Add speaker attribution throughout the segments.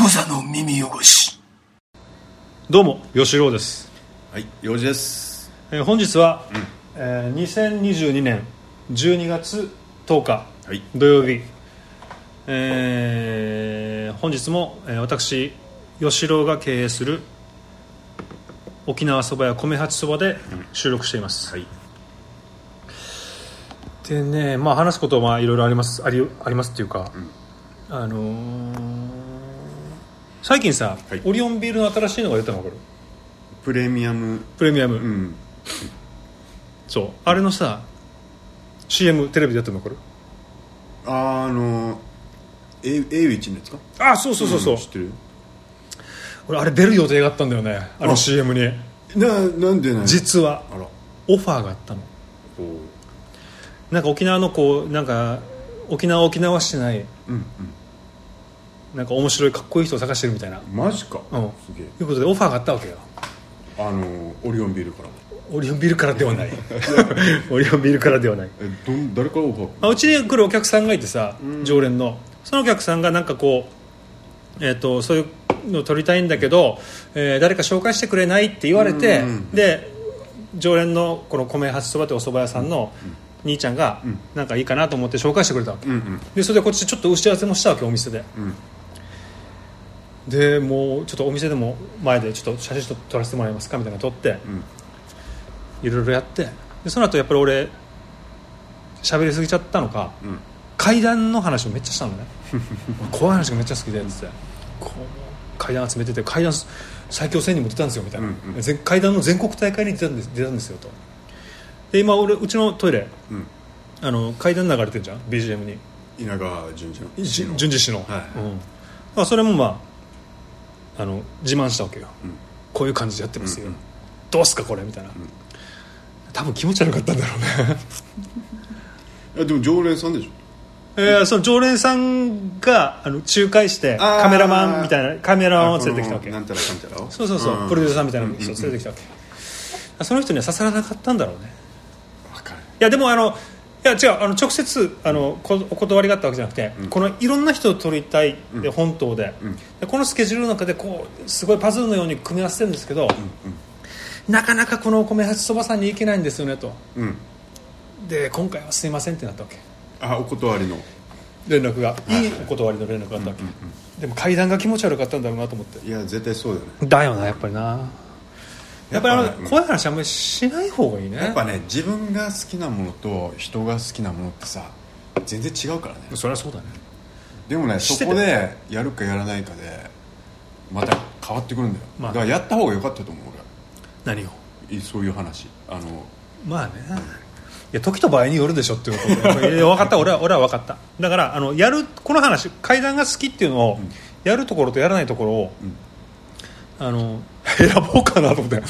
Speaker 1: 無座の耳汚し
Speaker 2: どうも吉郎です、
Speaker 3: はい、用事です。
Speaker 2: えー本日は、えー2022年12月10日
Speaker 3: はい、
Speaker 2: 土曜日、えー本日も、えー私吉郎が経営する沖縄そばや米八そばで収録しています、
Speaker 3: はい、
Speaker 2: でね、まあ、話すことはまあいろいろありますありありますっていうか、あのー最近さ、
Speaker 3: はい
Speaker 2: オリオンビールの新しいのが出たの分かる
Speaker 3: プレミアム。
Speaker 2: プレミアム、
Speaker 3: うん、
Speaker 2: そうあれのさ CM テレビでやってるの分かる
Speaker 3: あーあのー、A. A. 一のやつか。
Speaker 2: あそうそうそうそう、
Speaker 3: ん知ってる。
Speaker 2: 俺あれ出る予定があったんだよねあの CM に
Speaker 3: な、なんでない。
Speaker 2: 実は
Speaker 3: あら、こ
Speaker 2: オファーがあったの
Speaker 3: う、
Speaker 2: なんか沖縄のこうなんか沖縄沖縄してない
Speaker 3: うん、
Speaker 2: なんか面白いかっこいい人を探してるみたいな
Speaker 3: うん、マジか。
Speaker 2: うん
Speaker 3: すげえ。
Speaker 2: ということでオファーがあったわけよ
Speaker 3: あのー、オリオンビールから。
Speaker 2: オリオンビールからではない オリオンビールからではない、
Speaker 3: え、どん、誰からオファー。
Speaker 2: まあ、うちに来るお客さんがいてさ、常連のそのお客さんがなんかこう、えっとそういうの撮りたいんだけど、えー誰か紹介してくれないって言われて、
Speaker 3: うんうん
Speaker 2: で常連のこの米八そばというお蕎麦屋さんの兄ちゃんが、なんかいいかなと思って紹介してくれたわけ
Speaker 3: うん、うん、
Speaker 2: でそれでこっちでちょっと打ち合わせもしたわけお店で
Speaker 3: うん、
Speaker 2: でもうちょっとお店でも前でちょっと写真撮らせてもらえますかみたいなの撮って
Speaker 3: うん、
Speaker 2: いろいろやってでその後やっぱり俺喋りすぎちゃったのか
Speaker 3: うん。
Speaker 2: 階段の話をめっちゃしたのね怖い話がめっちゃ好きでっつってこう階段集めてて階段最強戦にも出たんですよみたいな、
Speaker 3: うんうん
Speaker 2: ぜ階段の全国大会に出たんです出たんですよとで今俺うちのトイレ
Speaker 3: うん、
Speaker 2: あの階段流れてるじゃん BGM に
Speaker 3: 稲川淳二の。
Speaker 2: じ順次氏の、
Speaker 3: は
Speaker 2: う
Speaker 3: い
Speaker 2: んだからそれもまああの自慢したわけよ、
Speaker 3: ん
Speaker 2: こういう感じでやってますよ、
Speaker 3: うんうん
Speaker 2: どうすかこれみたいな、多分気持ち悪かったんだろうね
Speaker 3: え、でも常連さんでしょ
Speaker 2: えーその常連さんがあの仲介して
Speaker 3: あー
Speaker 2: カメラマンみたいなカメラマンを連れてきたわけ
Speaker 3: あこのなんたらかんたらを。
Speaker 2: そうそうそう、
Speaker 3: ん
Speaker 2: プロデューサーみたいな人を連れてきたわけ、その人には刺さらなかったんだろうね
Speaker 3: わかる。
Speaker 2: いやでもあのいや違うあの直接あのこお断りがあったわけじゃなくて、このいろんな人を撮りたい、で本当で,、でこのスケジュールの中でこうすごいパズルのように組み合わせてるんですけど、なかなかこのお米八そばさんに行けないんですよねと
Speaker 3: うん。
Speaker 2: で今回はすいませんってなったわけ
Speaker 3: あ、お断りの。
Speaker 2: 連絡がいいお断りの連絡があったわけ、でも階段が気持ち悪かったんだろうなと思って
Speaker 3: いや、絶対そうだよね。
Speaker 2: だよなやっぱりなやっぱりあの
Speaker 3: やっぱね
Speaker 2: 怖い話あんまりしない方がいいね
Speaker 3: やっぱね自分が好きなものと人が好きなものってさ全然違うからね
Speaker 2: そりゃそうだね
Speaker 3: でもね
Speaker 2: 知っ
Speaker 3: そ
Speaker 2: てた
Speaker 3: こでやるかやらないかでまた変わってくるんだよ、
Speaker 2: まあ
Speaker 3: だからやった方が良かったと思う
Speaker 2: 何を
Speaker 3: 俺いそういう話あの
Speaker 2: まあねいや時と場合によるでしょっていうことで いや分かった俺は俺は分かっただからあのやるこの話階段が好きっていうのを、やるところとやらないところを、
Speaker 3: ん
Speaker 2: あの 選ぼうかなと思って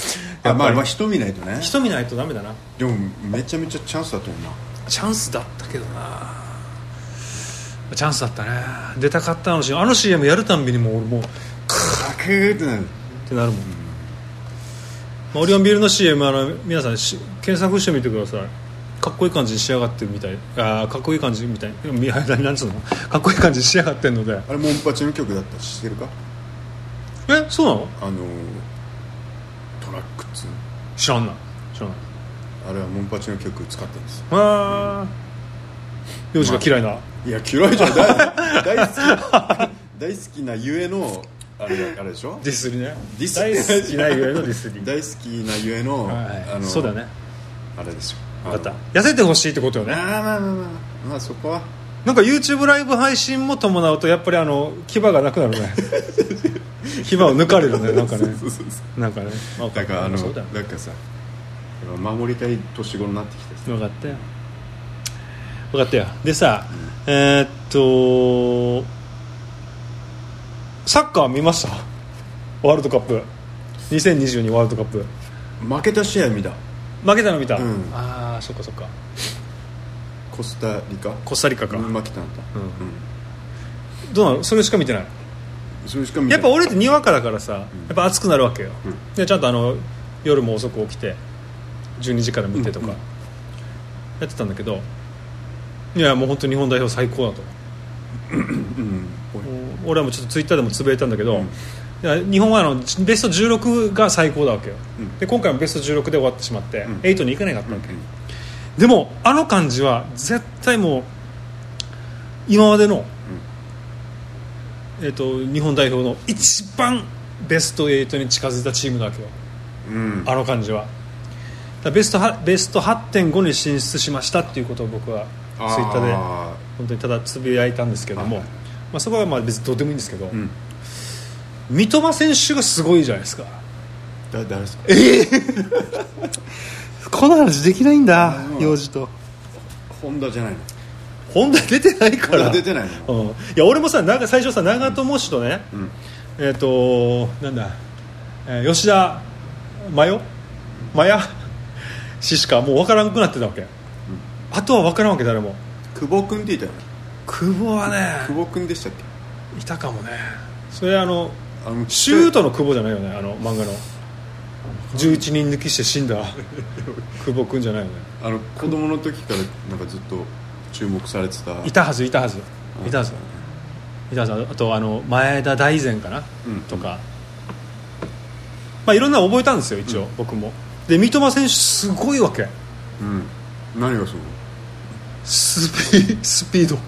Speaker 3: あまあ、まあ、
Speaker 2: り
Speaker 3: 人見ないとね
Speaker 2: 人見ないとダメだな
Speaker 3: でもめちゃめちゃチャンスだと思うな
Speaker 2: チャンスだったけどなチャンスだったね出たかったあの CM あの CM やるたんびにもう俺もう
Speaker 3: カクーってなる
Speaker 2: ってなるもん、まあ、オリオンビールの CM あの皆さんし検索してみてくださいかっこいい感じに仕上がってるみたいあーかっこいい感じみたい みなんつうのかっこいい感じに仕上がってるので
Speaker 3: あれモンパチの曲だったししてるか
Speaker 2: えそうなの
Speaker 3: あのトラックっつうの
Speaker 2: 知らんな知らんな
Speaker 3: あれはモンパチの曲使ってるんですよ
Speaker 2: あー幼児が嫌いな、
Speaker 3: いや嫌いじゃない大好き 大好きなゆえのあれあれでしょ
Speaker 2: ディスりね
Speaker 3: ディス
Speaker 2: 大好きなゆえのディスり
Speaker 3: 大好きなゆえの,、
Speaker 2: はい
Speaker 3: あの
Speaker 2: そうだね
Speaker 3: あれですよ
Speaker 2: 分かった痩せてほしいってことよ
Speaker 3: あ
Speaker 2: ね
Speaker 3: まあまあまあまあまあそこは
Speaker 2: なんか YouTube ライブ配信も伴うとやっぱりあの牙がなくなる ね牙を抜かれるねなんかね
Speaker 3: そうそうそ
Speaker 2: なんかね
Speaker 3: うだからあの
Speaker 2: そうだ
Speaker 3: だ
Speaker 2: よ
Speaker 3: からさ守りたい年頃になってきてさ
Speaker 2: 分かったよ分かったよでさ、えーっとサッカー見ましたワールドカップ2022ワールドカップ
Speaker 3: 負けた試合見た
Speaker 2: 負けたの見た、
Speaker 3: うん
Speaker 2: ああそっかそっか
Speaker 3: コスタリカ
Speaker 2: コスタリカか、
Speaker 3: 負けたんだ、
Speaker 2: うん
Speaker 3: う
Speaker 2: どうなのそれしか見てない
Speaker 3: ん、それしか見
Speaker 2: や
Speaker 3: た
Speaker 2: っぱ俺ってにわかだからさやっぱ暑くなるわけよ、
Speaker 3: うん
Speaker 2: でちゃんとあの夜も遅く起きて12時から見てとか
Speaker 3: うんうん
Speaker 2: やってたんだけどいやもう本当日本代表最高だと
Speaker 3: うん、おい
Speaker 2: もう俺らもちょっとツイッターでもつぶやいたんだけど、いや日本はあのベスト16が最高だわけよ、
Speaker 3: うん
Speaker 2: で今回もベスト16で終わってしまって、
Speaker 3: うん
Speaker 2: 8に行かなかった
Speaker 3: う
Speaker 2: わ
Speaker 3: ん
Speaker 2: け、でもあの感じは絶対もう今までの、えっと日本代表の一番ベスト8に近づいたチームなわけよ
Speaker 3: うん
Speaker 2: あの感じはだからベストはベスト8.5に進出しましたっていうことを僕はツイ
Speaker 3: あ
Speaker 2: ッターで本当にただつぶやいたんですけども、
Speaker 3: はい
Speaker 2: まあ、そこはまあ別にどうでもいいんですけど、
Speaker 3: うん
Speaker 2: 三笘選手がすごいじゃないですか
Speaker 3: だ誰ですか
Speaker 2: この話できないんだ
Speaker 3: うん
Speaker 2: 用事と
Speaker 3: 本田じゃないの
Speaker 2: 本題出てないか
Speaker 3: 本
Speaker 2: ら
Speaker 3: 田出てないの
Speaker 2: うん、いや俺もさ長最初さ長友氏とね、
Speaker 3: うん
Speaker 2: えっ、となんだ、えー吉田麻代麻也氏しかもう分からなくなってたわけ、あとは分からんわけ誰も
Speaker 3: 久保君っていたよね
Speaker 2: 久保は
Speaker 3: 久
Speaker 2: ね
Speaker 3: 保君でしたっけ
Speaker 2: いたかもねそれあの
Speaker 3: あの
Speaker 2: シュートの久保じゃないよねあの漫画の11人抜きして死ん だ久保君じゃないよね
Speaker 3: あの子供の時からなんかずっと注目されてた
Speaker 2: いたはずいたはずいたはずいたはずあとあの前田大然かな、
Speaker 3: うん
Speaker 2: とか、まあ、いろんなの覚えたんですよ一応、僕もで三笘選手すごいわけ
Speaker 3: うん何がその
Speaker 2: スピスピード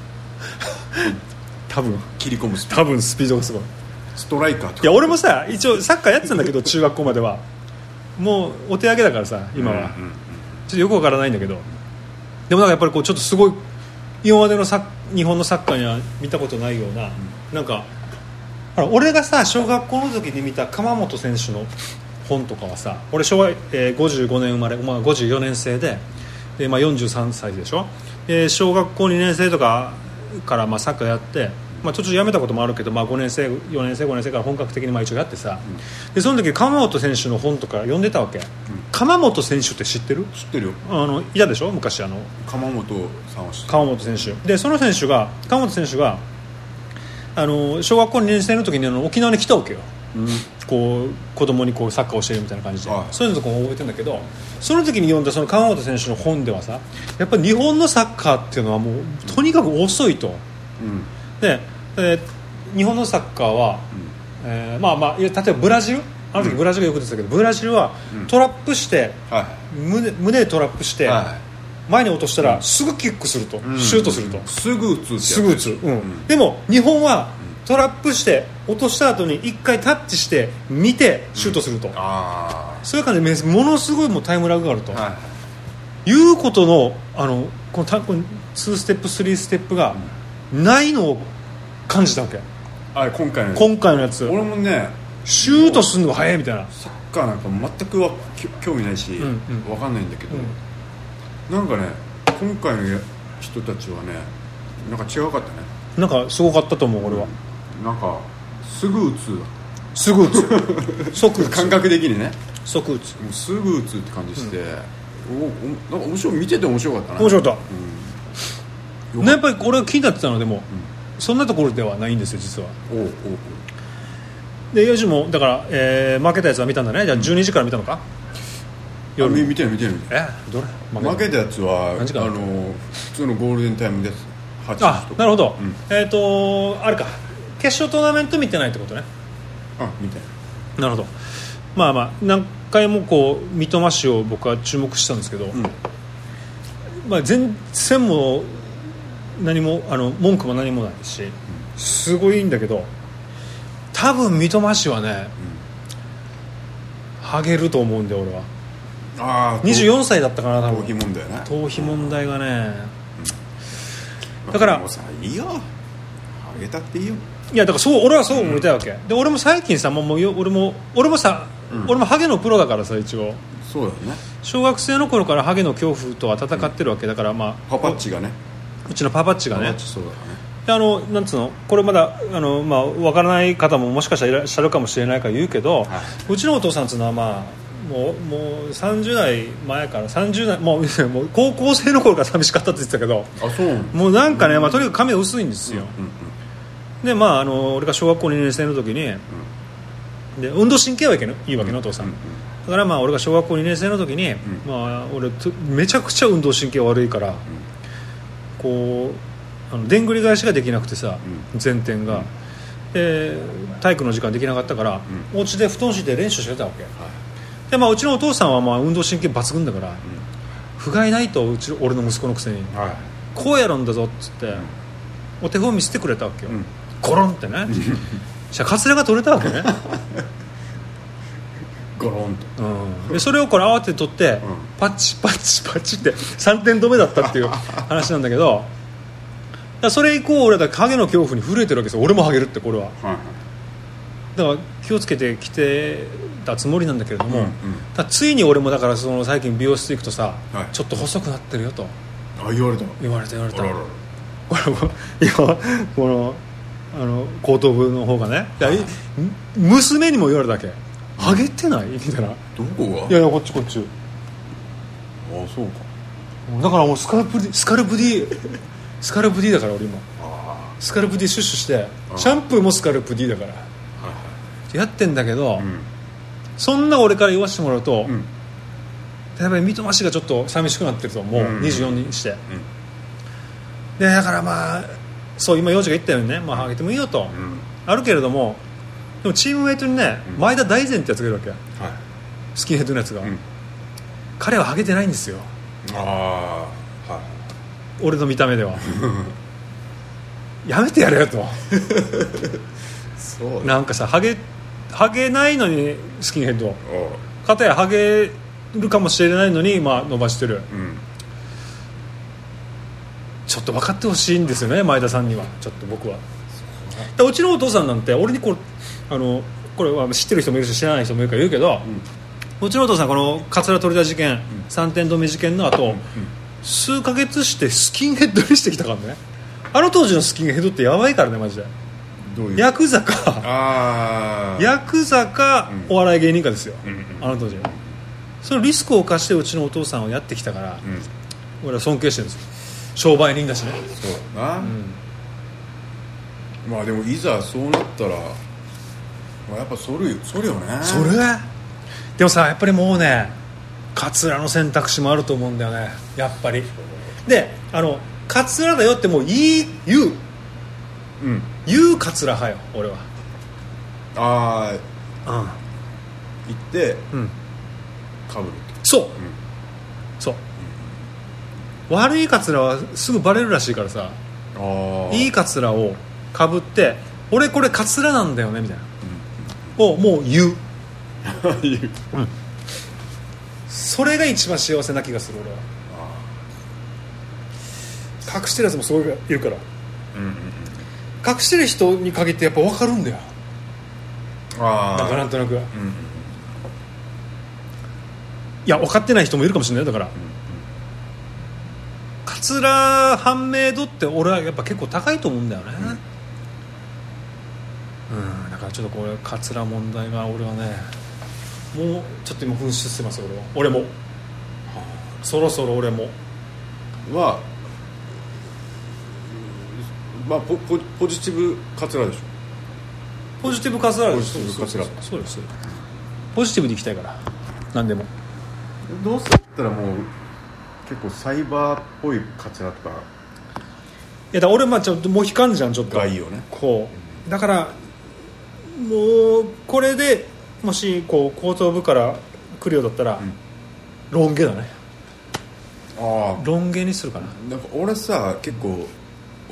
Speaker 2: 多分
Speaker 3: 切り込むスピ
Speaker 2: 多分スピードがすごい
Speaker 3: ストライカーと
Speaker 2: い
Speaker 3: か
Speaker 2: や俺もさ一応サッカーやってたんだけど中学校まではもうお手上げだからさ今は、
Speaker 3: うんうんうん
Speaker 2: ちょっとよくわからないんだけどでもなんかやっぱりこうちょっとすごい今までのサッ日本のサッカーには見たことないような、なんかほら俺がさ小学校の時に見た鎌本選手の本とかはさ俺昭和、えー55年生まれ、まあ、54年生でで、まあ、43歳でしょ、えー小学校2年生とかからまあサッカーやって、まあ、途中やめたこともあるけど、まあ、5年生4年生5年生から本格的にまあ一応やってさ、でその時鎌本選手の本とか読んでたわけ、鎌本選手って知ってる
Speaker 3: 知ってるよ
Speaker 2: あのいたでしょ昔あの
Speaker 3: 鎌本さんは知ってる
Speaker 2: 川本選手でその選手が川本選手があの小学校2年生の時にあの沖縄に来たわけよ
Speaker 3: うん
Speaker 2: こう子供にこうサッカーを教えるみたいな感じで、
Speaker 3: はい
Speaker 2: そういうのとかも覚えてるんだけどその時に読んだその川本選手の本ではさやっぱり日本のサッカーっていうのはもうとにかく遅いと
Speaker 3: うん
Speaker 2: で、えー日本のサッカーは、えーまあまあいや例えばブラジルあの時ブラジルがよく出てたけど、ブラジルは
Speaker 3: うん
Speaker 2: トラップして
Speaker 3: はい
Speaker 2: 胸胸でトラップして、
Speaker 3: は
Speaker 2: 前に落としたらすぐキックすると、
Speaker 3: いうん
Speaker 2: シュートすると、
Speaker 3: すぐ打つってやつ
Speaker 2: すぐ打つ、うん
Speaker 3: ん
Speaker 2: でも日本はトラップして落とした後に一回タッチして見てシュートすると、
Speaker 3: あ
Speaker 2: そういう感じでものすごいもうタイムラグがあると、
Speaker 3: あはい
Speaker 2: い、うことのあのこのたこの2ステップ3ステップがないのを感じたわけ、
Speaker 3: あれ今回のやつ
Speaker 2: 今回のやつ
Speaker 3: 俺もね
Speaker 2: シュートするのが早いみたいな
Speaker 3: サッカーなんか全くわき興味ないし、
Speaker 2: うんうん
Speaker 3: わかんないんだけど、
Speaker 2: うん
Speaker 3: なんかね今回のや人たちはねなんか違うかったね
Speaker 2: なんかすごかったと思う俺は、
Speaker 3: なんかすぐ打つ
Speaker 2: すぐ 打つ即打
Speaker 3: 感
Speaker 2: つ
Speaker 3: 覚的にね
Speaker 2: 即打つ
Speaker 3: もうすぐ打つって感じして、おおなんか面白い見てて面白かったね
Speaker 2: 面白かった
Speaker 3: うん、
Speaker 2: ね、や
Speaker 3: よ
Speaker 2: っ
Speaker 3: かっ
Speaker 2: ぱりこれが気になってたのでも、そんなところではないんですよ実は
Speaker 3: たおうおう
Speaker 2: で4時もだから、えー負けたやつは見たんだねじゃあ12時から見たの
Speaker 3: お
Speaker 2: か
Speaker 3: うあ
Speaker 2: 夜
Speaker 3: み見てる見てる見てる
Speaker 2: えどれ負
Speaker 3: 負
Speaker 2: け
Speaker 3: けたやつは
Speaker 2: 何時間
Speaker 3: あの普通のゴールデンタイムです8時
Speaker 2: あ
Speaker 3: とか
Speaker 2: なるほど、
Speaker 3: うん
Speaker 2: えっ、とあれか決勝トーナメント見てないってことね
Speaker 3: あみたい
Speaker 2: なるほどまあまあ何回もこう三笘氏を僕は注目してたんですけど、
Speaker 3: な
Speaker 2: まあ、全然も何もあの文句も何もないですし、すごいんだけど多分三笘氏はね、ハゲると思うんで俺は
Speaker 3: ああ
Speaker 2: 24歳だったかな多
Speaker 3: 逃避
Speaker 2: 分
Speaker 3: 問題ね
Speaker 2: 頭皮問題がね
Speaker 3: まあ
Speaker 2: だから
Speaker 3: もうさいいよあげたっていいよ
Speaker 2: いやだからそう俺はそう思いたいわけ、で俺も最近さもうもうよ俺も俺もさ、
Speaker 3: うん
Speaker 2: 俺もハゲのプロだからさ一応
Speaker 3: そうだよね
Speaker 2: 小学生の頃からハゲの恐怖とは戦ってるわけだから、まあ
Speaker 3: パパッチがね
Speaker 2: うちのパパッチ
Speaker 3: パ
Speaker 2: が
Speaker 3: パ
Speaker 2: ね
Speaker 3: ッチそうだね
Speaker 2: であのなんつうのこれまだあの、まあ、分からない方ももしかしたらいらっしゃるかもしれないから言うけど、
Speaker 3: は
Speaker 2: うちのお父さんっていうのは、まあ、もうもう30代前から30代もう もう高校生の頃から寂しかったって言ってたけど
Speaker 3: あそううん
Speaker 2: もうなんかね、まあ、とにかく髪が薄いんですよ、
Speaker 3: うん
Speaker 2: でまああの俺が小学校2年生の時に、で運動神経はいいけのいいわけのお父さ
Speaker 3: う
Speaker 2: ん、
Speaker 3: ん
Speaker 2: だからまあ俺が小学校2年生の時に、
Speaker 3: ん
Speaker 2: まあ、俺とめちゃくちゃ運動神経悪いから、こうあのでんぐり返しができなくてさ、
Speaker 3: う
Speaker 2: 前転が、で体育の時間できなかったから、お家で布団敷いて練習してたわけ、でまあ、うちのお父さんはまあ運動神経抜群だから、不甲斐ないとうち俺の息子のくせに
Speaker 3: はい
Speaker 2: こうやるんだぞっつって、お手本見せてくれたわけよ、
Speaker 3: うん
Speaker 2: コロンってねそしたらカツラが取れたわけね、
Speaker 3: ゴロンと
Speaker 2: うん、でそれをこれ慌てて取って、パッチパッチパッチって3点止めだった っていう話なんだけどだからそれ以降俺はだから影の恐怖に震えてるわけですよ俺もハゲるってこれは
Speaker 3: はい
Speaker 2: だから気をつけてきてたつもりなんだけれども、
Speaker 3: うんうん
Speaker 2: ただついに俺もだからその最近美容室行くとさ、
Speaker 3: はい
Speaker 2: ちょっと細くなってるよと
Speaker 3: あ言われたの
Speaker 2: 言われた言われた
Speaker 3: あららら
Speaker 2: 俺も 今このあの後頭部の方がねいやい娘にも言われたわけ「ハゲてない?」みたいな「
Speaker 3: どこ
Speaker 2: い
Speaker 3: が
Speaker 2: やいやこっちこっち」
Speaker 3: あそうか
Speaker 2: だからもうスカルプ D スカルプ D スカルプ D だから俺今
Speaker 3: あ
Speaker 2: スカルプ D シュッシュして
Speaker 3: うん
Speaker 2: シャンプーもスカルプ D だから
Speaker 3: あはい
Speaker 2: やってんだけど、
Speaker 3: はいうん
Speaker 2: そんな俺から言わせてもらうと、
Speaker 3: うん
Speaker 2: やっぱり三笘氏がちょっと寂しくなってるともう
Speaker 3: うん
Speaker 2: 24にして、でだからまあそう今幼児が言ったようにね、まあ、上げてもいいよと、
Speaker 3: うん
Speaker 2: あるけれどもでもチームメイトにね、
Speaker 3: うん
Speaker 2: 前田大然ってやつがいるわけ
Speaker 3: はい
Speaker 2: スキンヘッドのやつが、
Speaker 3: うん
Speaker 2: 彼はハゲてないんですよ
Speaker 3: ああはい
Speaker 2: 俺の見た目ではやめてやれよと
Speaker 3: そうだ
Speaker 2: なんかさハゲハゲないのにスキンヘッド
Speaker 3: おう
Speaker 2: かたやハゲるかもしれないのに、まあ、伸ばしてる
Speaker 3: うん
Speaker 2: ちょっと分かってほしいんですよね前田さんにはちょっと僕はでうちのお父さんなんて俺にこうあのこれは知ってる人もいるし知らない人もいるから言うけど、うちのお父さんこの桂取田事件、三点止め事件の後、数ヶ月してスキンヘッドにしてきたからねあの当時のスキンヘッドってやばいからねマジで
Speaker 3: どういう
Speaker 2: ヤクザか
Speaker 3: ああ
Speaker 2: ヤクザか
Speaker 3: うん
Speaker 2: お笑い芸人かですよ、
Speaker 3: うん
Speaker 2: あの当時そのリスクを冒してうちのお父さんをやってきたから、
Speaker 3: うん
Speaker 2: 俺は尊敬してるんですよ商売人だしね、
Speaker 3: そうだな、
Speaker 2: うん
Speaker 3: まあでもいざそうなったら、まあ、やっぱそるよそるよね
Speaker 2: それでもさやっぱりもうねカツラの選択肢もあると思うんだよねやっぱりであのカツラだよってもう言い言う
Speaker 3: うん
Speaker 2: 言うカツラ派よ俺は
Speaker 3: ああ
Speaker 2: う
Speaker 3: 行って
Speaker 2: ん、うん、
Speaker 3: かぶる
Speaker 2: そう、そう悪いカツラはすぐバレるらしいからさ
Speaker 3: とああ
Speaker 2: いい
Speaker 3: か
Speaker 2: カツラをかぶって俺これカツラなんだよねみたいな、をも う言う
Speaker 3: いう
Speaker 2: それが一番幸せな気がする俺は隠してるやつもすごいいるから
Speaker 3: うんうん
Speaker 2: 隠してる人に限ってやっぱ分かるんだよ
Speaker 3: ああ
Speaker 2: なんかなんとなくい
Speaker 3: うんうん
Speaker 2: や分かってない人もいるかもしれないよだからカツラ判明度って俺はやっぱ結構高いと思うんだよねうん、だからちょっとこれカツラ問題が俺はねもうちょっと今噴出してます俺は俺もそろそろ俺も
Speaker 3: まあうんまあポポポジティブカツラでしょ
Speaker 2: ポジティブカツラ
Speaker 3: ポジティブカツラ
Speaker 2: そうですそうですポジティブにいきたいから何でも
Speaker 3: どうせだったらもう結構サイバーっぽいカツラとか
Speaker 2: いやだから俺まあちょっともう悲観じゃんちょっと
Speaker 3: がいいよね
Speaker 2: こうだからもうこれでもしこう後頭部から来るようだったら、
Speaker 3: ん
Speaker 2: ロン毛だね
Speaker 3: ああ
Speaker 2: ロン毛にするかな
Speaker 3: なんか俺さ結構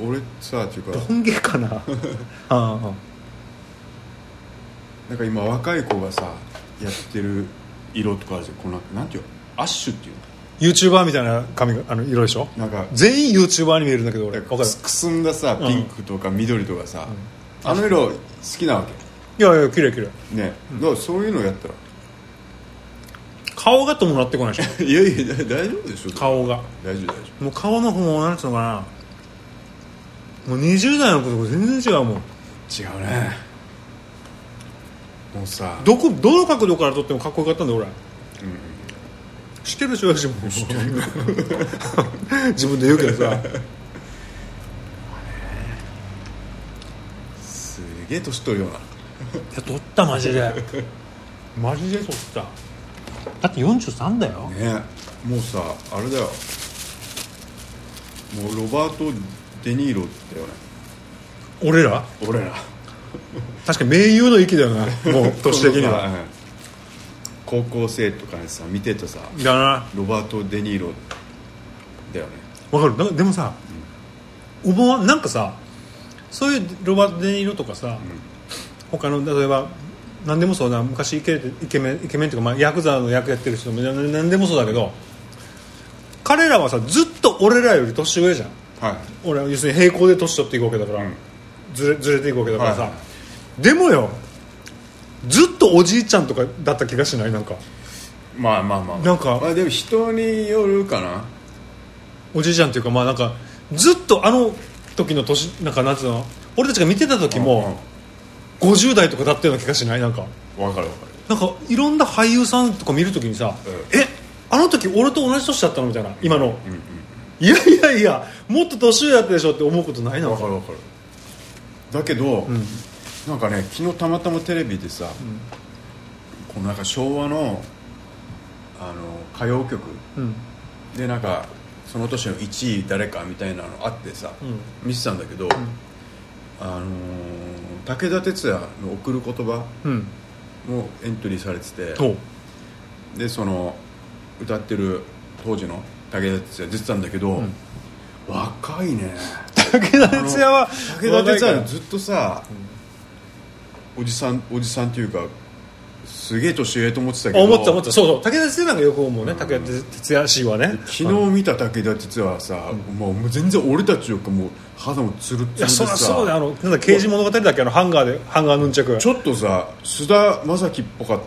Speaker 3: 俺さっていうか
Speaker 2: ロン毛かな あああ
Speaker 3: なんか今若い子がさやってる色とかあるじゃんこのなんていうのアッシュっていう
Speaker 2: あ YouTuber みたいな髪があの色でしょ
Speaker 3: のなんか
Speaker 2: 全員 YouTuber に見えるんだけど俺
Speaker 3: なん
Speaker 2: 分か
Speaker 3: か
Speaker 2: る
Speaker 3: くすんださ
Speaker 2: うん
Speaker 3: ピンクとか緑とかさ、あの色好きなわ
Speaker 2: いやいや綺麗綺麗
Speaker 3: けね、だからそういうのやったら
Speaker 2: 顔が伴ってこないでし ょ
Speaker 3: いやいやだ大丈夫でしょ
Speaker 2: 顔が
Speaker 3: 大丈夫大丈
Speaker 2: もう顔の方もなんつうのかなもう20代の子と全然違うもん
Speaker 3: 夫違うねもうさ
Speaker 2: どこどの角度から撮ってもかっこよかったんだよ俺、知ってるでしょ私も自分で言うけど さ
Speaker 3: すげえ年取るようない
Speaker 2: や撮ったマジでマジで撮っただって43だよ
Speaker 3: ねもうさあれだよもうロバート・デ・ニーロだよね
Speaker 2: 俺ら
Speaker 3: 俺ら
Speaker 2: 確かに名優の域だよね もう年的に
Speaker 3: このさ
Speaker 2: は
Speaker 3: うん高校生とかにさ見てるとさ
Speaker 2: だな
Speaker 3: ロバート・デ・ニーロだよね
Speaker 2: わかるなでもさ、思わなんかさそういうロバート・デ・ニーロとかさ、他の例えば何でもそうだ昔イケイケメンイケメンというか、まあ、ヤクザの役やってる人もな何でもそうだけど彼らはさずっと俺らより年上じゃん
Speaker 3: はい
Speaker 2: 俺は要するに平行で年取っていくわけだから、
Speaker 3: うん
Speaker 2: ずれずれていくわけだからさ、
Speaker 3: はいは
Speaker 2: でもよずっとおじいちゃんとかだった気がしないなんか
Speaker 3: まあまあまあ
Speaker 2: なんか
Speaker 3: まあ、でも人によるかな
Speaker 2: おじいちゃんっていうかまあなんかずっとあの時の年なんかなんつうの俺たちが見てた時も50代とかだったような気がしないなんか
Speaker 3: うんわかるわか
Speaker 2: なんかいろんな俳優さんとか見る時にさ、
Speaker 3: うん
Speaker 2: えあの時俺と同じ年だったのみたいな今の、
Speaker 3: るうん
Speaker 2: いやいやいやもっと年上だったでしょって思うことないな
Speaker 3: うんわかるわかるだけど、
Speaker 2: うん
Speaker 3: なんかね昨日たまたまテレビでさ、このなんか昭和のあの歌謡曲
Speaker 2: うん
Speaker 3: でなんかその年の1位誰かみたいなのあってさ、
Speaker 2: う
Speaker 3: 見てたんだけど、あのー武田鉄矢の「贈る言葉
Speaker 2: うん」
Speaker 3: もエントリーされてて
Speaker 2: と
Speaker 3: でその歌ってる当時の武田鉄矢出てたんだけど、
Speaker 2: ん
Speaker 3: 若いね
Speaker 2: 武田鉄矢は
Speaker 3: 武田鉄
Speaker 2: 若い
Speaker 3: 矢
Speaker 2: から
Speaker 3: ずっとさ、おじさんおじさんっていうかすげえ年上と思ってたけど
Speaker 2: 思った思ったそうそう武田鉄矢なんかよく思うね、武田鉄矢氏はね
Speaker 3: 昨日見た武田鉄矢はさ、もう全然俺たちよりかもう肌もツルッツル
Speaker 2: い
Speaker 3: で
Speaker 2: やそ
Speaker 3: さ
Speaker 2: りゃそうだよあのなんだ刑事物語だっけあのハンガーでハンガーヌンチャク
Speaker 3: ちょっとさ須田将暉っぽかっ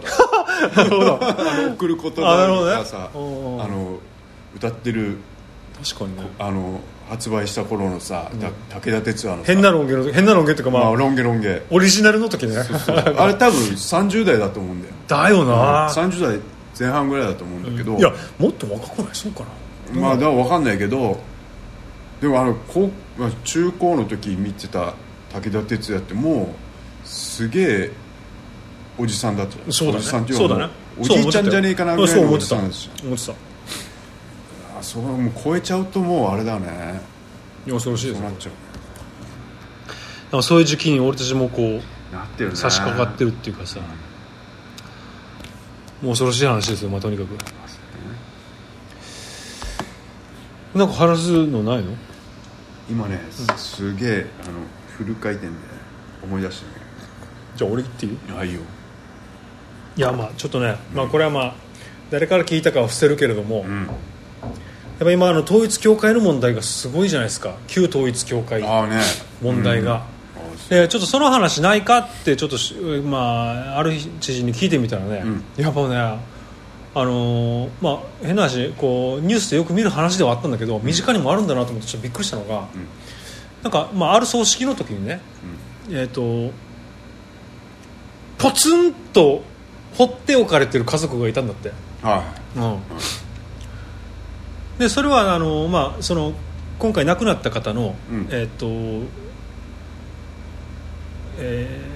Speaker 3: た
Speaker 2: なるほど
Speaker 3: あの送る言葉
Speaker 2: あなるほどね
Speaker 3: がさあ,、
Speaker 2: うんうん
Speaker 3: の歌ってる
Speaker 2: 確かにね
Speaker 3: あの発売した頃のさ、た武田鉄矢のさ
Speaker 2: 変なロン毛の変なロン毛っていうかま
Speaker 3: ま
Speaker 2: あ、
Speaker 3: あ、ロンゲロン ゲ
Speaker 2: オリジナルの時ね
Speaker 3: あれ多分30代だと思うんだよ
Speaker 2: だよな、
Speaker 3: 30代前半ぐらいだと思うんだけど、
Speaker 2: いやもっと若くないそうかな
Speaker 3: まあだから分かんないけどでもあの高、まあ、中高の時見てた武田鉄矢ってもうすげえおじさんだった
Speaker 2: そうだ
Speaker 3: お
Speaker 2: ね
Speaker 3: じさんってい
Speaker 2: そううだ
Speaker 3: のは
Speaker 2: ね
Speaker 3: もうおじいちゃんじゃねえかなぐらい
Speaker 2: そう
Speaker 3: の
Speaker 2: 思
Speaker 3: お
Speaker 2: って
Speaker 3: じ
Speaker 2: た
Speaker 3: さ
Speaker 2: 思
Speaker 3: ん
Speaker 2: っ
Speaker 3: です
Speaker 2: て
Speaker 3: よ
Speaker 2: た思ってたい
Speaker 3: あそれはもう超えちゃうともうあれだね
Speaker 2: や恐ろしいで
Speaker 3: そう
Speaker 2: す
Speaker 3: なっ
Speaker 2: ね
Speaker 3: ちゃうね
Speaker 2: なんかそういう時期に俺たちもこう
Speaker 3: なってるね
Speaker 2: 差し掛かってるっていうかさもう恐ろしい話ですよ、まあ、とにかくなんか話すのないの
Speaker 3: 今ねすすげえあのフル回転で思い出してね
Speaker 2: じゃあ俺言っていい
Speaker 3: はいよ
Speaker 2: いやまあちょっとね、まあ、これはまあ誰から聞いたかは伏せるけれども、
Speaker 3: うん
Speaker 2: やっぱ今あの統一教会の問題がすごいじゃないですか旧統一教会
Speaker 3: ああね
Speaker 2: 問題が、
Speaker 3: うんああそう
Speaker 2: でちょっとその話ないかってちょっとし、まあ、ある知人に聞いてみたらね、やっぱねあのーまあ、変な話こうニュースでよく見る話ではあったんだけど身近にもあるんだなと思ってちょっとびっくりしたのが、
Speaker 3: ん
Speaker 2: なんか、まあ、ある葬式の時にね、えー、とポツンと放っておかれてる家族がいたんだって。
Speaker 3: は
Speaker 2: うん、でそれはあの、まあ、その今回亡くなった方の、
Speaker 3: うん
Speaker 2: えーっとえー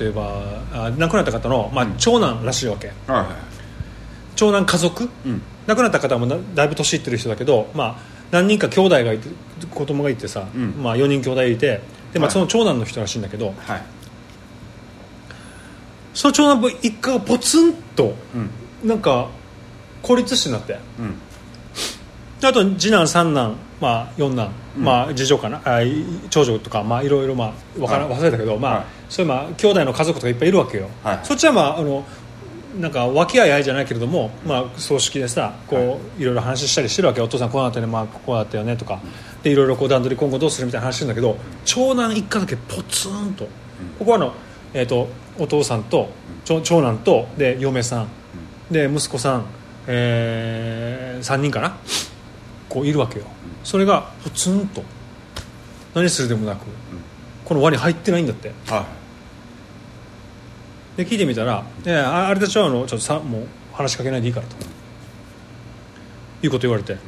Speaker 2: 例えばあ亡くなった方の、まあ、長男らしいわけ、
Speaker 3: いはいは
Speaker 2: 長男家族、
Speaker 3: いうん
Speaker 2: 亡くなった方もなだいぶ年いってる人だけど、まあ、何人か兄弟がいて子供がいてさ、
Speaker 3: うん
Speaker 2: まあ、4人兄弟いてで、ま
Speaker 3: は
Speaker 2: あ、
Speaker 3: い
Speaker 2: その長男の人らしいんだけど、
Speaker 3: はい
Speaker 2: その長男一家がポツンと
Speaker 3: うん
Speaker 2: なんか孤立してなって。
Speaker 3: うん
Speaker 2: であと次男三男、まあ、四男、
Speaker 3: うん
Speaker 2: まあ、次女かなあい長女とか、まあ、いろいろ、まあ、わから
Speaker 3: はい
Speaker 2: 忘れたけど、まあ
Speaker 3: はい
Speaker 2: そういう、まあ、兄弟の家族とかいっぱいいるわけよ、
Speaker 3: はい
Speaker 2: そっちは、まあ、あのなんか和気あいあいじゃないけれども、まあ、葬式でさこう、、
Speaker 3: はい
Speaker 2: ろいろ話したりしてるわけお父さんこうなったよね、まあ、こうだったよねとかでいろいろこう段取り今後どうするみたいな話してるんだけど長男一家だけポツンと、ここはあの、えー、とお父さんと長長男とで嫁さんで息子さん、え3人かなこういるわけよそれがポツンと何するでもなくこの輪に入ってないんだって
Speaker 3: は
Speaker 2: で聞いてみたら「いやいやああれたちはあのちょっとさもう話しかけないでいいから」ということ言われてど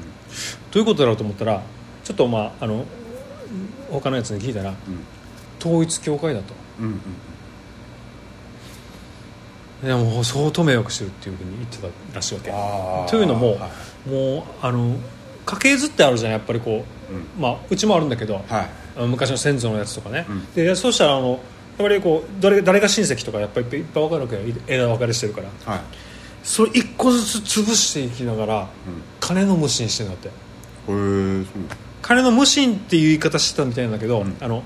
Speaker 2: ういうことだろうと思ったらちょっとまああの他のやつに聞いたら統一教会だと
Speaker 3: いうんうん
Speaker 2: でもう相当迷惑してるっていうふうに言ってたらしいわけ
Speaker 3: あー
Speaker 2: というのも
Speaker 3: はい
Speaker 2: もうあの家系図ってあるじゃんやっぱりこう、
Speaker 3: うん
Speaker 2: まあ、うちもあるんだけど、
Speaker 3: はい
Speaker 2: あの昔の先祖のやつとかね、
Speaker 3: うん
Speaker 2: でそうしたらあのぱりこう誰誰が親戚とかやっぱりいっぱいいっぱい分かるわけよ枝分かれしてるから
Speaker 3: はい
Speaker 2: それ一個ずつ潰していきながら金の無心してんだって
Speaker 3: へえそうなんだ
Speaker 2: 金の無心っていう言い方してたみたいなんだけど、
Speaker 3: ん
Speaker 2: あの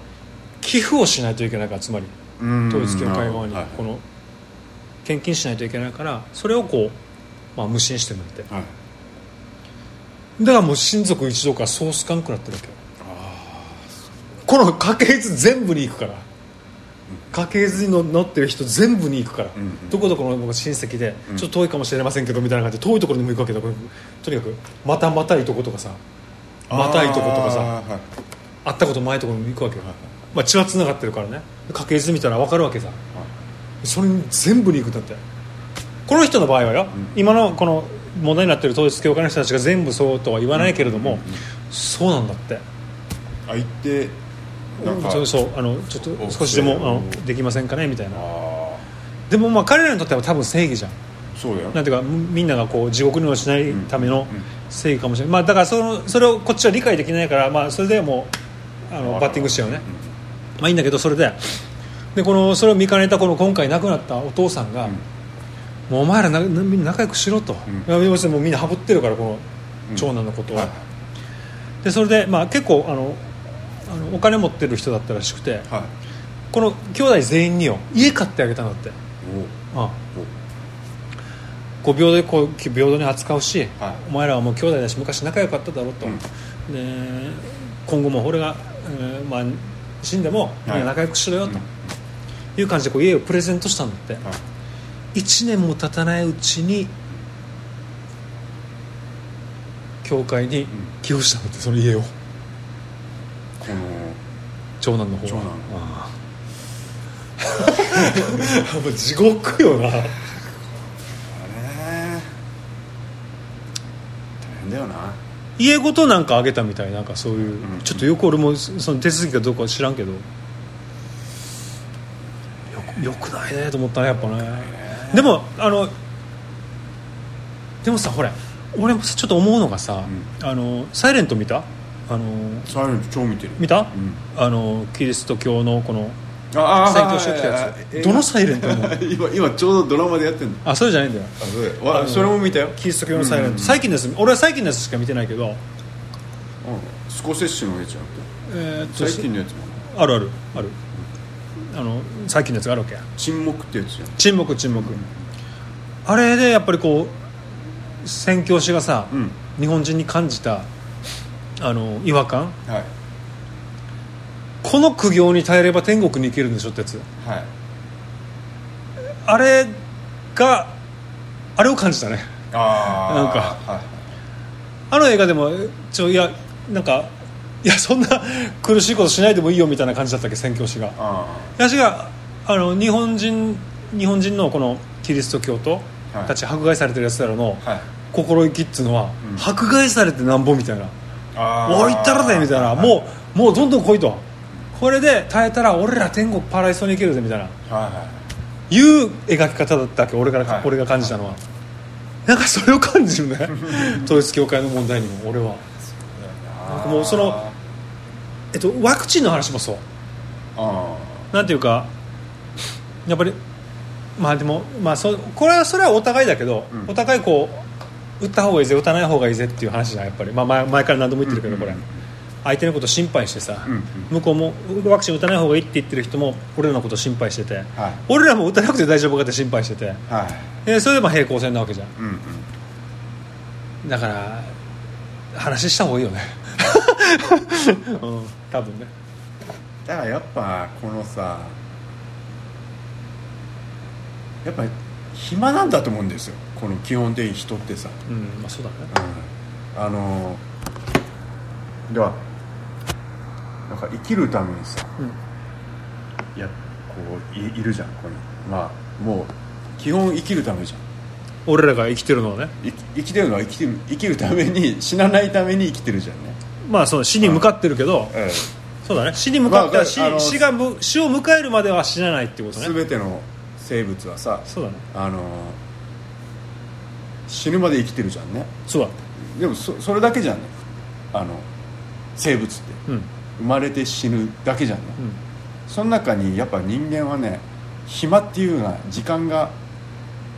Speaker 2: 寄付をしないといけないからつまり
Speaker 3: うん
Speaker 2: 統一教会側に
Speaker 3: はい
Speaker 2: この献金しないといけないからそれをこう、まあ、無心してんだって
Speaker 3: はい
Speaker 2: だからもう親族一同からソースかんくなってるわけよこの家系図全部に行くから家系図にの乗ってる人全部に行くから、
Speaker 3: んうん
Speaker 2: どこどこの僕親戚で
Speaker 3: うん
Speaker 2: ちょっと遠いかもしれませんけどみたいな感じで遠いところにも行くわけだこれとにかくまたまたいとことかさまたいとことかさ
Speaker 3: あーはい
Speaker 2: 会ったこともないところにも行くわけよ、まあ、血はつながってるからね家系図見たら分かるわけさ、それに全部に行くんだってこの人の場合はよ、今のこの問題になってる統一教会の人たちが全部そうとは言わないけれども、そうなんだって
Speaker 3: あ行ってなんか
Speaker 2: そうそうあのちょっ
Speaker 3: お
Speaker 2: と少しでもあ
Speaker 3: お
Speaker 2: のできませんかねみたいな
Speaker 3: あ
Speaker 2: でもまあ彼らにとっては多分正義じゃん
Speaker 3: ーそうだよ
Speaker 2: なんていうかみみんながこう地獄に落ちないための正義かもしれない、まあ、だからそのそれをこっちは理解できないから、まあ、それでもうあのバッティングしちゃうね、まあいいんだけどそれででこのそれを見かねたこの今回亡くなったお父さんが、
Speaker 3: ん
Speaker 2: もうお前らなみんな仲良くしろと、
Speaker 3: う
Speaker 2: 要するにもうみんなハブってるからこ
Speaker 3: う
Speaker 2: の
Speaker 3: ん
Speaker 2: 長男のことを、
Speaker 3: はい
Speaker 2: でそれで、まあ、結構あのあのお金持ってる人だったらしくて、
Speaker 3: はい
Speaker 2: この兄弟全員によ家買ってあげたんだって、ああ
Speaker 3: おお
Speaker 2: こう平等にこう平等に扱うし、
Speaker 3: はい
Speaker 2: お前らはもう兄弟だし昔仲良かっただろうと、
Speaker 3: うん
Speaker 2: で今後も俺が、えーまあ、死んでもみんな仲良くしろよと、いう感じでこう家をプレゼントしたんだって、
Speaker 3: はい
Speaker 2: 1年も経たないうちに教会に寄付したんだってその家を
Speaker 3: この
Speaker 2: 長男の方
Speaker 3: 長男
Speaker 2: あ あもう地獄よな
Speaker 3: あれ大変だよな
Speaker 2: 家ごとなんかあげたみたいなんかそういう、
Speaker 3: うん
Speaker 2: ちょっとよく俺もそその手続きがどうか知らんけどよくよくないねと思ったねやっぱねでもあのでもさほれ俺もさちょっと思うのがさ、あのサイレント見たあの
Speaker 3: サイレント超見てる
Speaker 2: 見た、
Speaker 3: ん
Speaker 2: あのキリスト教のこの
Speaker 3: あ
Speaker 2: 最強してきたやつどのサイレントなの
Speaker 3: 今今ちょうどドラマでやってんの
Speaker 2: あそれじゃないんだよ
Speaker 3: あそうだよわそれも見たよ
Speaker 2: キリスト教のサイレント、
Speaker 3: うん
Speaker 2: 最近です俺は最近のやつしか見てないけど、
Speaker 3: うんスコセッシュのやつじゃなくて
Speaker 2: えーっと
Speaker 3: 最近のやつも
Speaker 2: あるあるあるあの最近のやつがあるわけや
Speaker 3: 沈黙ってやつじゃん
Speaker 2: 沈黙沈黙あれでやっぱりこう宣教師がさ、
Speaker 3: うん
Speaker 2: 日本人に感じたあの違和感
Speaker 3: はい
Speaker 2: この苦行に耐えれば天国に行けるんでしょってやつ
Speaker 3: はい
Speaker 2: あれがあれを感じたね
Speaker 3: あ
Speaker 2: なんか
Speaker 3: かはい
Speaker 2: あの映画でもちょいやなんかいやそんな苦しいことしないでもいいよみたいな感じだったっけ宣教師が
Speaker 3: あ
Speaker 2: 私があの日本人日本人のこのキリスト教徒
Speaker 3: はい
Speaker 2: たち迫害されてるやつらの
Speaker 3: あはい
Speaker 2: 心意気っつうのは、
Speaker 3: うん
Speaker 2: 迫害されてなんぼみたいな「
Speaker 3: あー
Speaker 2: おい行ったらぜ」みたいな「もうもうどんどん来い」と「これで耐えたら俺ら天国パラダイソに行けるぜ」みたいな
Speaker 3: はいはい
Speaker 2: いう描き方だったっけ俺から、
Speaker 3: はい
Speaker 2: 俺が感じたのは、なんかそれを感じる ね統一教会の問題にも俺は、なんかもうその
Speaker 3: あ
Speaker 2: えっと、ワクチンの話もそう
Speaker 3: あ
Speaker 2: なんていうかやっぱりまあでも、まあ、そこれはそれはお互いだけど、
Speaker 3: うん
Speaker 2: お互いこう打った方がいいぜ打たない方がいいぜっていう話じゃんやっぱり、まあ、前前から何度も言ってるけど、
Speaker 3: うんうんうん
Speaker 2: これ相手のこと心配してさ、
Speaker 3: うんうん
Speaker 2: 向こうもワクチン打たない方がいいって言ってる人も俺らのこと心配してて、
Speaker 3: はい
Speaker 2: 俺らも打たなくて大丈夫かって心配してて
Speaker 3: はい
Speaker 2: でそれでまあ平行線なわけじゃん
Speaker 3: うんうん
Speaker 2: だから話した方がい いよね、うん、多分ね
Speaker 3: だからやっぱこのさやっぱ暇なんだと思うんですよこの基本的に人ってさ、
Speaker 2: うんまあそうだね
Speaker 3: うん、あのではなんか生きるためにさ
Speaker 2: うん
Speaker 3: いやこういいるじゃんここにまあもう基本生きるためじゃん
Speaker 2: 俺らが生きてるのはね
Speaker 3: 生き生きてるのは生きてる生きるために 死なないために生きてるじゃんね、
Speaker 2: まあそう死に向かってるけど、そうだね死に向かって
Speaker 3: まあ
Speaker 2: は死,、
Speaker 3: あの
Speaker 2: 死がむ死を迎えるまでは死なないってこと
Speaker 3: うん、
Speaker 2: ね
Speaker 3: 全ての生物はさ
Speaker 2: そうだね
Speaker 3: あの死ぬまで生きてるじゃんね
Speaker 2: そうだ
Speaker 3: でもそそれだけじゃんねあの生物って
Speaker 2: うん
Speaker 3: 生まれて死ぬだけじゃんね、
Speaker 2: うん
Speaker 3: その中にやっぱ人間はね暇っていうような時間が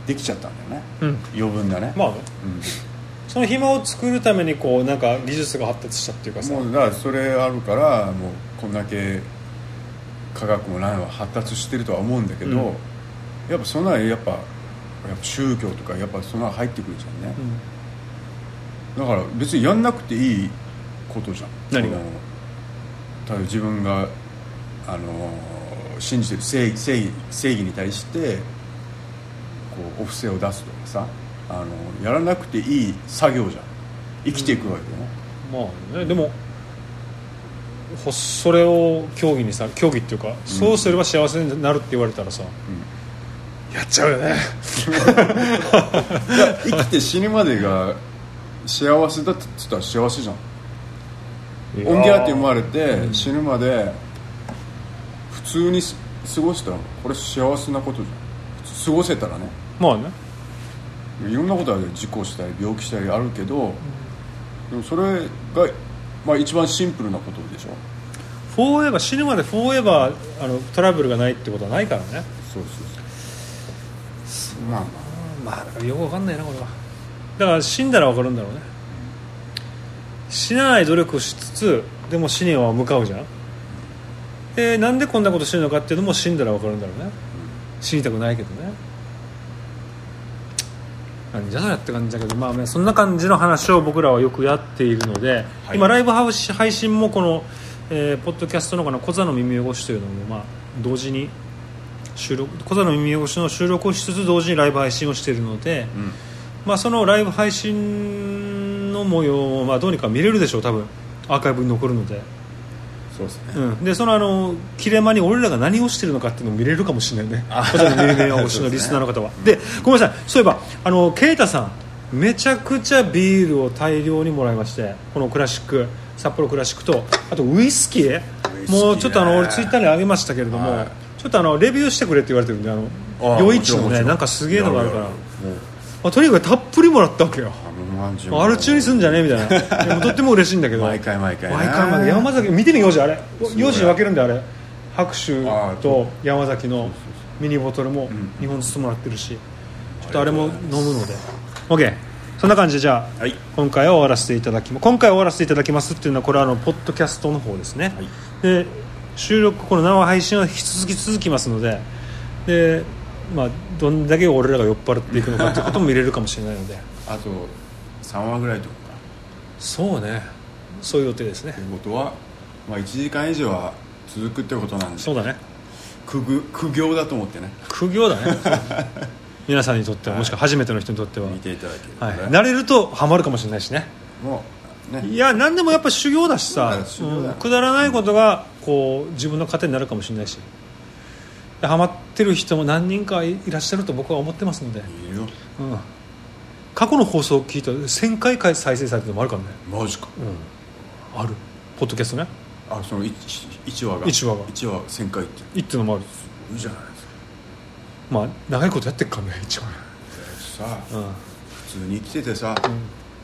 Speaker 3: できちゃったんだよね
Speaker 2: うん
Speaker 3: 余分だね、
Speaker 2: まあね
Speaker 3: うん
Speaker 2: その暇を作るためにこうなんか技術が発達したっていうかさ
Speaker 3: もうだからそれあるからもうこんだけ科学もないのは発達してるとは思うんだけど、
Speaker 2: うん
Speaker 3: やっぱそんなのやっぱやっぱ宗教とかやっぱそんなの入ってくるじゃんね、
Speaker 2: う
Speaker 3: だ
Speaker 2: ん
Speaker 3: から別にやんなくていいことじゃん
Speaker 2: 何が
Speaker 3: この例えば自分があの信じてる正義正義正義に対してこうお布施を出すとかさあのやらなくていい作業じゃん生きていくわけね、
Speaker 2: まあねでもほそれを競技にさ競技っていうか、そうすれば幸せになるって言われたらさ、やっちゃう よね
Speaker 3: いや生きて死ぬまでが幸せだって言ったら幸せじゃんオンギャラって生まれて死ぬまで普通にす過ごしたらこれ幸せなことじゃん普通過ごせたらね
Speaker 2: まあね
Speaker 3: いろんなことあるよ事故したり病気したりあるけどでもそれが、まあ、一番シンプルなことでしょ
Speaker 2: フォーエバー死ぬまでフォーエバーあのトラブルがないってことはないからね
Speaker 3: そうそうそうまあま
Speaker 2: まあだからよくわかんないなこれはだから死んだらわかるんだろうね死なない努力をしつつでも死には向かうじゃんでなんでこんなことしてるのかっていうのも死んだらわかるんだろうね死にたくないけどねなんじゃそりゃって感じだけど、まあね、そんな感じの話を僕らはよくやっているので、
Speaker 3: はい
Speaker 2: 今ライブハウス配信もこの、えーポッドキャストのこの「小座の耳汚し」というのも、まあ、同時に収録小座の耳汚しの収録をしつつ同時にライブ配信をしているので、
Speaker 3: うん
Speaker 2: まあ、そのライブ配信の模様を、まあ、どうにか見れるでしょう多分アーカイブに残るので,、
Speaker 3: そうですね
Speaker 2: うん、でそのあの切れ間に俺らが何をしてるのかっていうのも見れるかもしれないね小座の耳汚しのリスナーの方はで,、ごめんなさいそういえばあのケイタさんめちゃくちゃビールを大量にもらいましてこのクラシック札幌クラシックとあとウイスキー
Speaker 3: イスキーね
Speaker 2: もうちょっとあの俺ツイッターにあげましたけれども、
Speaker 3: はい
Speaker 2: ちょっとあのレビューしてくれって言われてるんであの余市のねなんかすげえのがあるから
Speaker 3: も
Speaker 2: まあ、とにかくたっぷりもらったわけよ
Speaker 3: うあのまんじゅう
Speaker 2: アル中にすんじゃねえみた いなでもとっても嬉しいんだけど
Speaker 3: 毎回毎回ね
Speaker 2: 毎回毎回山崎見てみようじゃあれ
Speaker 3: うだよ
Speaker 2: 4時に分けるんであれ白州
Speaker 3: あーそう
Speaker 2: と山崎のミニボトルも
Speaker 3: ん
Speaker 2: 2本ずつもらってるしちょっとあれも飲むので OK そんな感じでじゃあ、
Speaker 3: はい
Speaker 2: 今回は終わらせていただきます今回は終わらせていただきますっていうのはこれはあのポッドキャストの方ですね、
Speaker 3: はい
Speaker 2: で収録この生配信は引き続き続きますのでで、まあ、どんだけ俺らが酔っ払っていくのかってことも見れるかもしれないので
Speaker 3: あと3話ぐらいとか
Speaker 2: そうねそういう予定ですね
Speaker 3: ということは、まあ、1時間以上は続くってことなんで
Speaker 2: そうだね
Speaker 3: 苦ぐ苦行だと思ってね
Speaker 2: 苦行だ ね皆さんにとってはもしくは初めての人にとっては、
Speaker 3: 見ていただけると
Speaker 2: はい
Speaker 3: ね、、
Speaker 2: 慣れるとハマるかもしれないしね
Speaker 3: もうね
Speaker 2: いや何でもやっぱ修行だし
Speaker 3: そうだ
Speaker 2: さ
Speaker 3: よ、修行だよ
Speaker 2: うんくだらないことがこう自分の糧になるかもしれないしでハマってる人も何人かいいらっしゃると僕は思ってますので、
Speaker 3: いいよ
Speaker 2: うん過去の放送を聞いたら1000回回再生されてるのもあるからね、
Speaker 3: マジか
Speaker 2: うん、あるポッドキャストね
Speaker 3: あその 1, 話が
Speaker 2: 一話が
Speaker 3: 1話1000回って
Speaker 2: いいっていうのもある
Speaker 3: いいじゃないですか
Speaker 2: まあ長いことやってるからね一番、
Speaker 3: さあ
Speaker 2: うん
Speaker 3: 普通に生きててさ、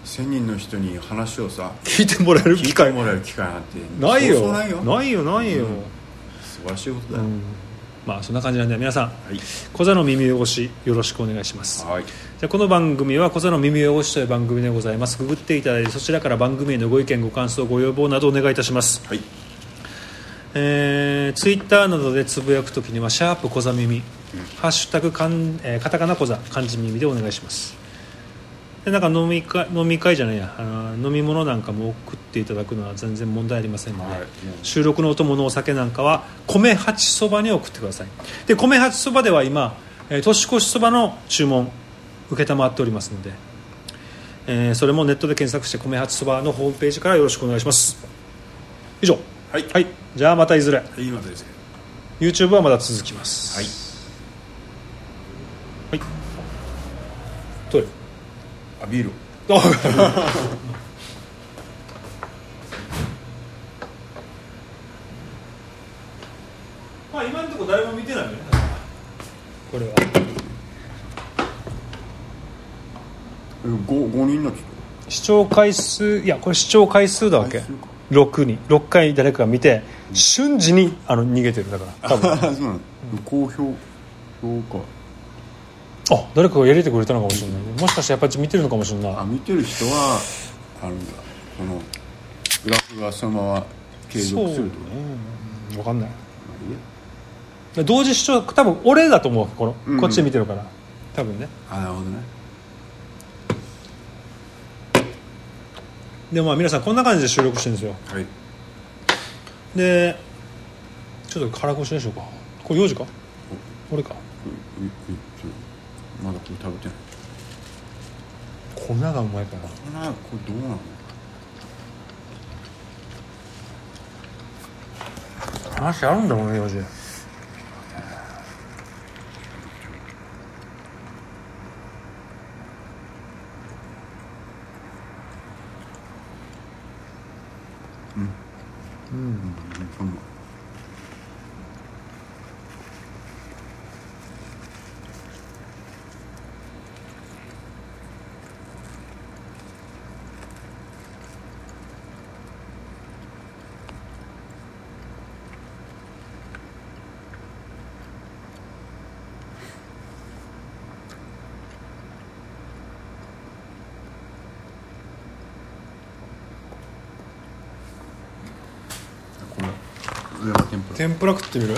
Speaker 3: 1000人の人に話をさ
Speaker 2: 聞いてもらえる
Speaker 3: 聞
Speaker 2: 機
Speaker 3: いて
Speaker 2: 会
Speaker 3: もらえる機会なんて
Speaker 2: ないよ
Speaker 3: そうそうないよ
Speaker 2: ないよないよ
Speaker 3: 素晴らしいこと
Speaker 2: う
Speaker 3: だよ、
Speaker 2: んまあそんな感じなんで皆さん
Speaker 3: はい
Speaker 2: 小座の耳汚しよろしくお願いします
Speaker 3: はい
Speaker 2: じゃあこの番組は「小座の耳汚し」という番組でございますググっていただいてそちらから番組へのご意見ご感想ご要望などお願いいたします
Speaker 3: はい
Speaker 2: えー、ツイッターなどでつぶやくときには「シャープ小座耳」ハッシュタグかん、えーカタカナ小座漢字耳」でお願いしますでなんか飲み会飲み会じゃないやあの飲み物なんかも送っていただくのは全然問題ありませんので、
Speaker 3: はい
Speaker 2: 収録のお供のお酒なんかは米八そばに送ってくださいで米八そばでは今、えー年越しそばの注文承っておりますので、えーそれもネットで検索して米八そばのホームページからよろしくお願いします以上
Speaker 3: はい
Speaker 2: はい、じゃあまたいずれ
Speaker 3: いいまでですけど
Speaker 2: YouTube はまだ続きます
Speaker 3: はい
Speaker 2: はいトイレ
Speaker 3: あビール
Speaker 2: まあ今のところ誰も見てないよねこれは
Speaker 3: 5, 5人の人
Speaker 2: 視聴回数いやこれ視聴回数だわけ
Speaker 3: 回数か
Speaker 2: 6に6回誰かが見て瞬時にあの逃げてるだから多分
Speaker 3: そうなの高評評価
Speaker 2: あ誰かが入れてくれたのかもしれないもしかしてやっぱり見てるのかもしれない
Speaker 3: あ見てる人はあるんだこのグラフがそのまま継続すると
Speaker 2: そうね分かんない同時視聴多分俺だと思うこの、
Speaker 3: うんうん
Speaker 2: こっちで見てるから多分ね
Speaker 3: あなるほどね
Speaker 2: でまあ皆さんこんな感じで収録してるんですよ
Speaker 3: はい
Speaker 2: でちょっと辛口でしょうかこれ4時かこれか
Speaker 3: うううちょまだこれ食べてない
Speaker 2: 粉がうまいから
Speaker 3: これなこれどうなの
Speaker 2: 話あるんだろうね4時
Speaker 3: うんこれ上は天ぷら
Speaker 2: 天ぷら食ってみる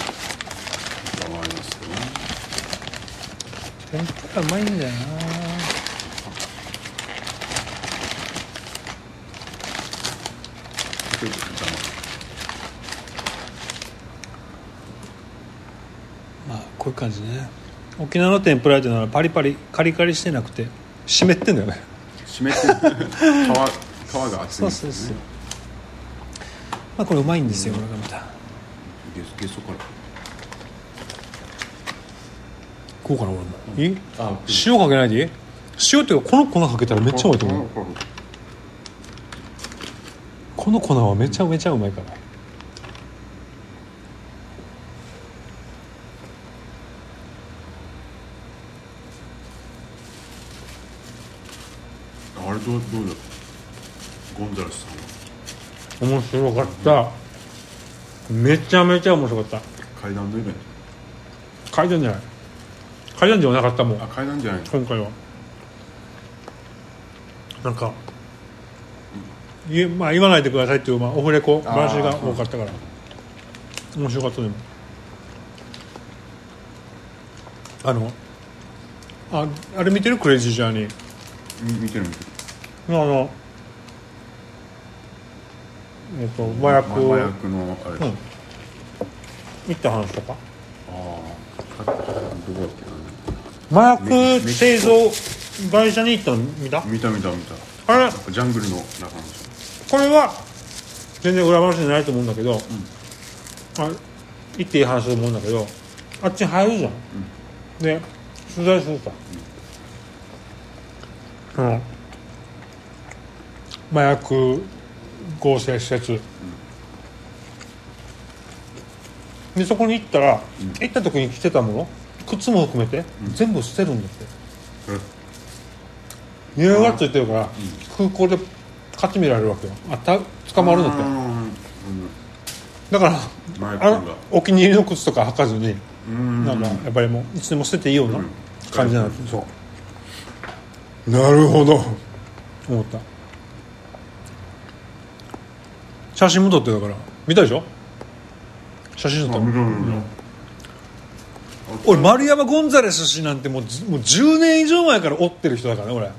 Speaker 3: がありますけどね
Speaker 2: 天ぷらうまいんだよ
Speaker 3: ち
Speaker 2: な
Speaker 3: ょっと邪魔
Speaker 2: まあこういう感じね沖縄の天ぷらっていうのはパリパリカリカリしてなくて湿ってんだよね
Speaker 3: 湿ってる皮皮が厚いん
Speaker 2: そう
Speaker 3: です
Speaker 2: そ
Speaker 3: よね
Speaker 2: うそうまあこれうまいんですよ、これがまた
Speaker 3: ゲソゲソから
Speaker 2: こうかな俺もいい
Speaker 3: あ
Speaker 2: 塩かけないでいい塩っていうかこの粉かけたらめっちゃうまいと思う
Speaker 3: この
Speaker 2: この粉はめちゃめちゃうまいから
Speaker 3: あれどうどうだゴンザレスさんは
Speaker 2: 面白かっためちゃめちゃ面白かっ
Speaker 3: 階段のイベン
Speaker 2: た階段じゃない階段じゃなかったもん
Speaker 3: トあ階段じゃない
Speaker 2: 今回はなんか言えまあ、言わないでくださいっていう、まあ、オフレコ
Speaker 3: あー
Speaker 2: 話が多かったから面白かったでもあのああれ見てるクレイジージャーニー
Speaker 3: み見てる見てる
Speaker 2: あのえっ、と麻薬
Speaker 3: ま麻
Speaker 2: 行
Speaker 3: 薬のあれ、
Speaker 2: んった話とか
Speaker 3: ああどこだっけ
Speaker 2: 麻薬製造会社に行ったの見た
Speaker 3: な見た見た見た
Speaker 2: あれ
Speaker 3: ジャングルの中の
Speaker 2: これは全然裏話じゃないと思うんだけど、あ言っていい話だと思うんだけどあっちに入るじゃん、で取材するさ、その麻薬合成施設、でそこに行ったら、行った時に着てたもの靴も含めて、全部捨てるんだって匂いがついてるから、空港で勝ち見られるわけよあた捕まるんだってだから
Speaker 3: マイク
Speaker 2: あ
Speaker 3: が
Speaker 2: のお気に入りの靴とか履かずに
Speaker 3: うん
Speaker 2: なんかやっぱりもういつでも捨てていいような感じなんです、
Speaker 3: そうなるほど
Speaker 2: 思った写真も撮ってだから見たでしょ写真撮ったの俺丸山ゴンザレス氏なんてもうずもう10年以上前から追ってる人だからね俺、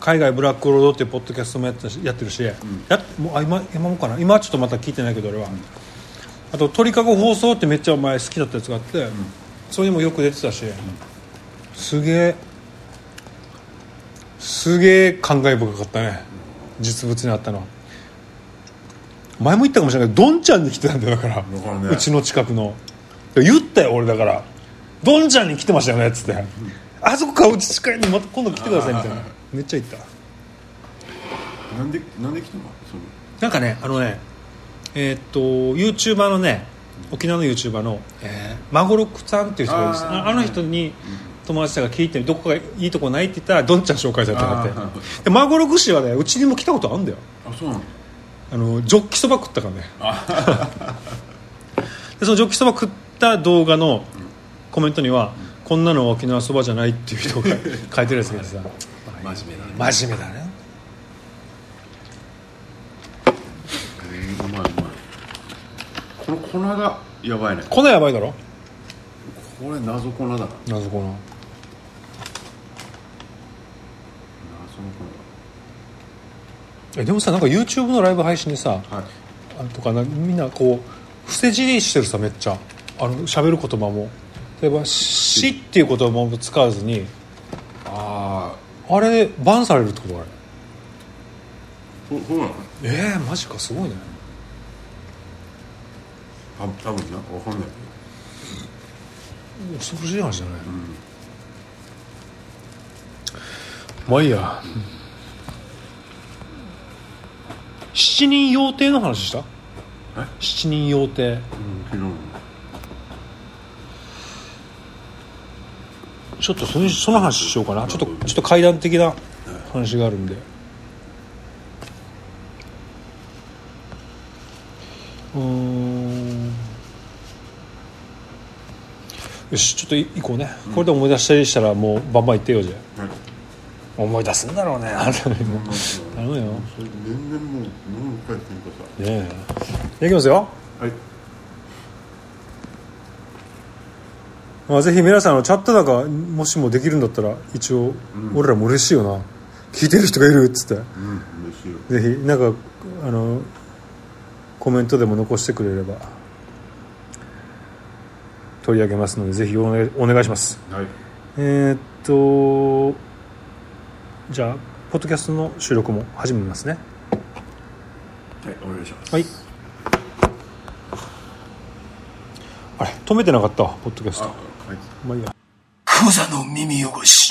Speaker 2: 海外ブラックロードっていうポッドキャストもやってたしやってるし、やっもうあ今今もかな今はちょっとまた聞いてないけど俺は、あと鳥かご放送ってめっちゃお前好きだったやつがあって、それにもよく出てたし、すげえすげえ感慨深かったね実物にあったのは前も言ったかもしれないけどドンちゃんに来てたんだよだから
Speaker 3: だからね
Speaker 2: うちの近くの言ったよ俺だからドンちゃんに来てましたよねっつってあそこからうち近いんでまた今度来てくださいみたいなめっちゃ言った
Speaker 3: なんでなんで来たのその
Speaker 2: なんかねあのねえーっと YouTuber のね沖縄の YouTuber の、えー、マゴロクさんっていう人がいるんです
Speaker 3: あー
Speaker 2: ああの人に友達とか聞いてどこがいいとこないって言ったらどんちゃん紹介されたんだ
Speaker 3: あーなる
Speaker 2: っ
Speaker 3: ほど
Speaker 2: てでマゴロク氏はねうちにも来たことあるんだよ
Speaker 3: あそうなの
Speaker 2: あのジョッキそば食ったからねでそのジョッキそば食った動画のコメントには、こんなのは沖縄そばじゃないっていう人が書いてるやつがいてさ
Speaker 3: 真面目だね
Speaker 2: 真面目だね
Speaker 3: うんうまいうまいこの粉がやばいね
Speaker 2: このやばいだろ
Speaker 3: これ謎粉だな謎の粉
Speaker 2: 謎このえでもさなんか YouTube のライブ配信でさ
Speaker 3: だはい
Speaker 2: あとかなみんなこう伏せ字にしてるさめっちゃあの喋る言葉も例えば「し」っていう言葉も使わずに
Speaker 3: ああ
Speaker 2: あれバンされるってことあれ
Speaker 3: そうそうなの
Speaker 2: えー、マジかすごいね
Speaker 3: た多分なわかんない
Speaker 2: 恐ろしい話じゃない、まあいいや、七人妖艇の話した
Speaker 3: え
Speaker 2: 七人妖艇
Speaker 3: うん昨日の
Speaker 2: ちょっとそのその話しようかなちょっとちょっと階段的な話があるんでうーんよしちょっとい行こうねこれで思い出したりしたらもうバンバン行ってよじゃ
Speaker 3: はい
Speaker 2: あ思い出すんだろうねあなたにもね
Speaker 3: 頼
Speaker 2: むよ
Speaker 3: それ全然もう飲むかっていうか
Speaker 2: えじゃあ行きますよ
Speaker 3: さはい
Speaker 2: まあ、ぜひ皆さんあのチャットなんかもしもできるんだったら一応俺らも嬉しいよな、聞いてる人がいるっつって
Speaker 3: うん嬉しいよ
Speaker 2: ぜひなんかあのコメントでも残してくれれば取り上げますのでぜひお,、ね、お願いします
Speaker 3: はい
Speaker 2: えーっとじゃあポッドキャストの収録も始めますね
Speaker 3: はいお願いします
Speaker 2: はいあれ止めてなかったわポッドキャ
Speaker 3: あ
Speaker 2: スト
Speaker 3: はい
Speaker 2: まあいいや
Speaker 1: クザの耳汚し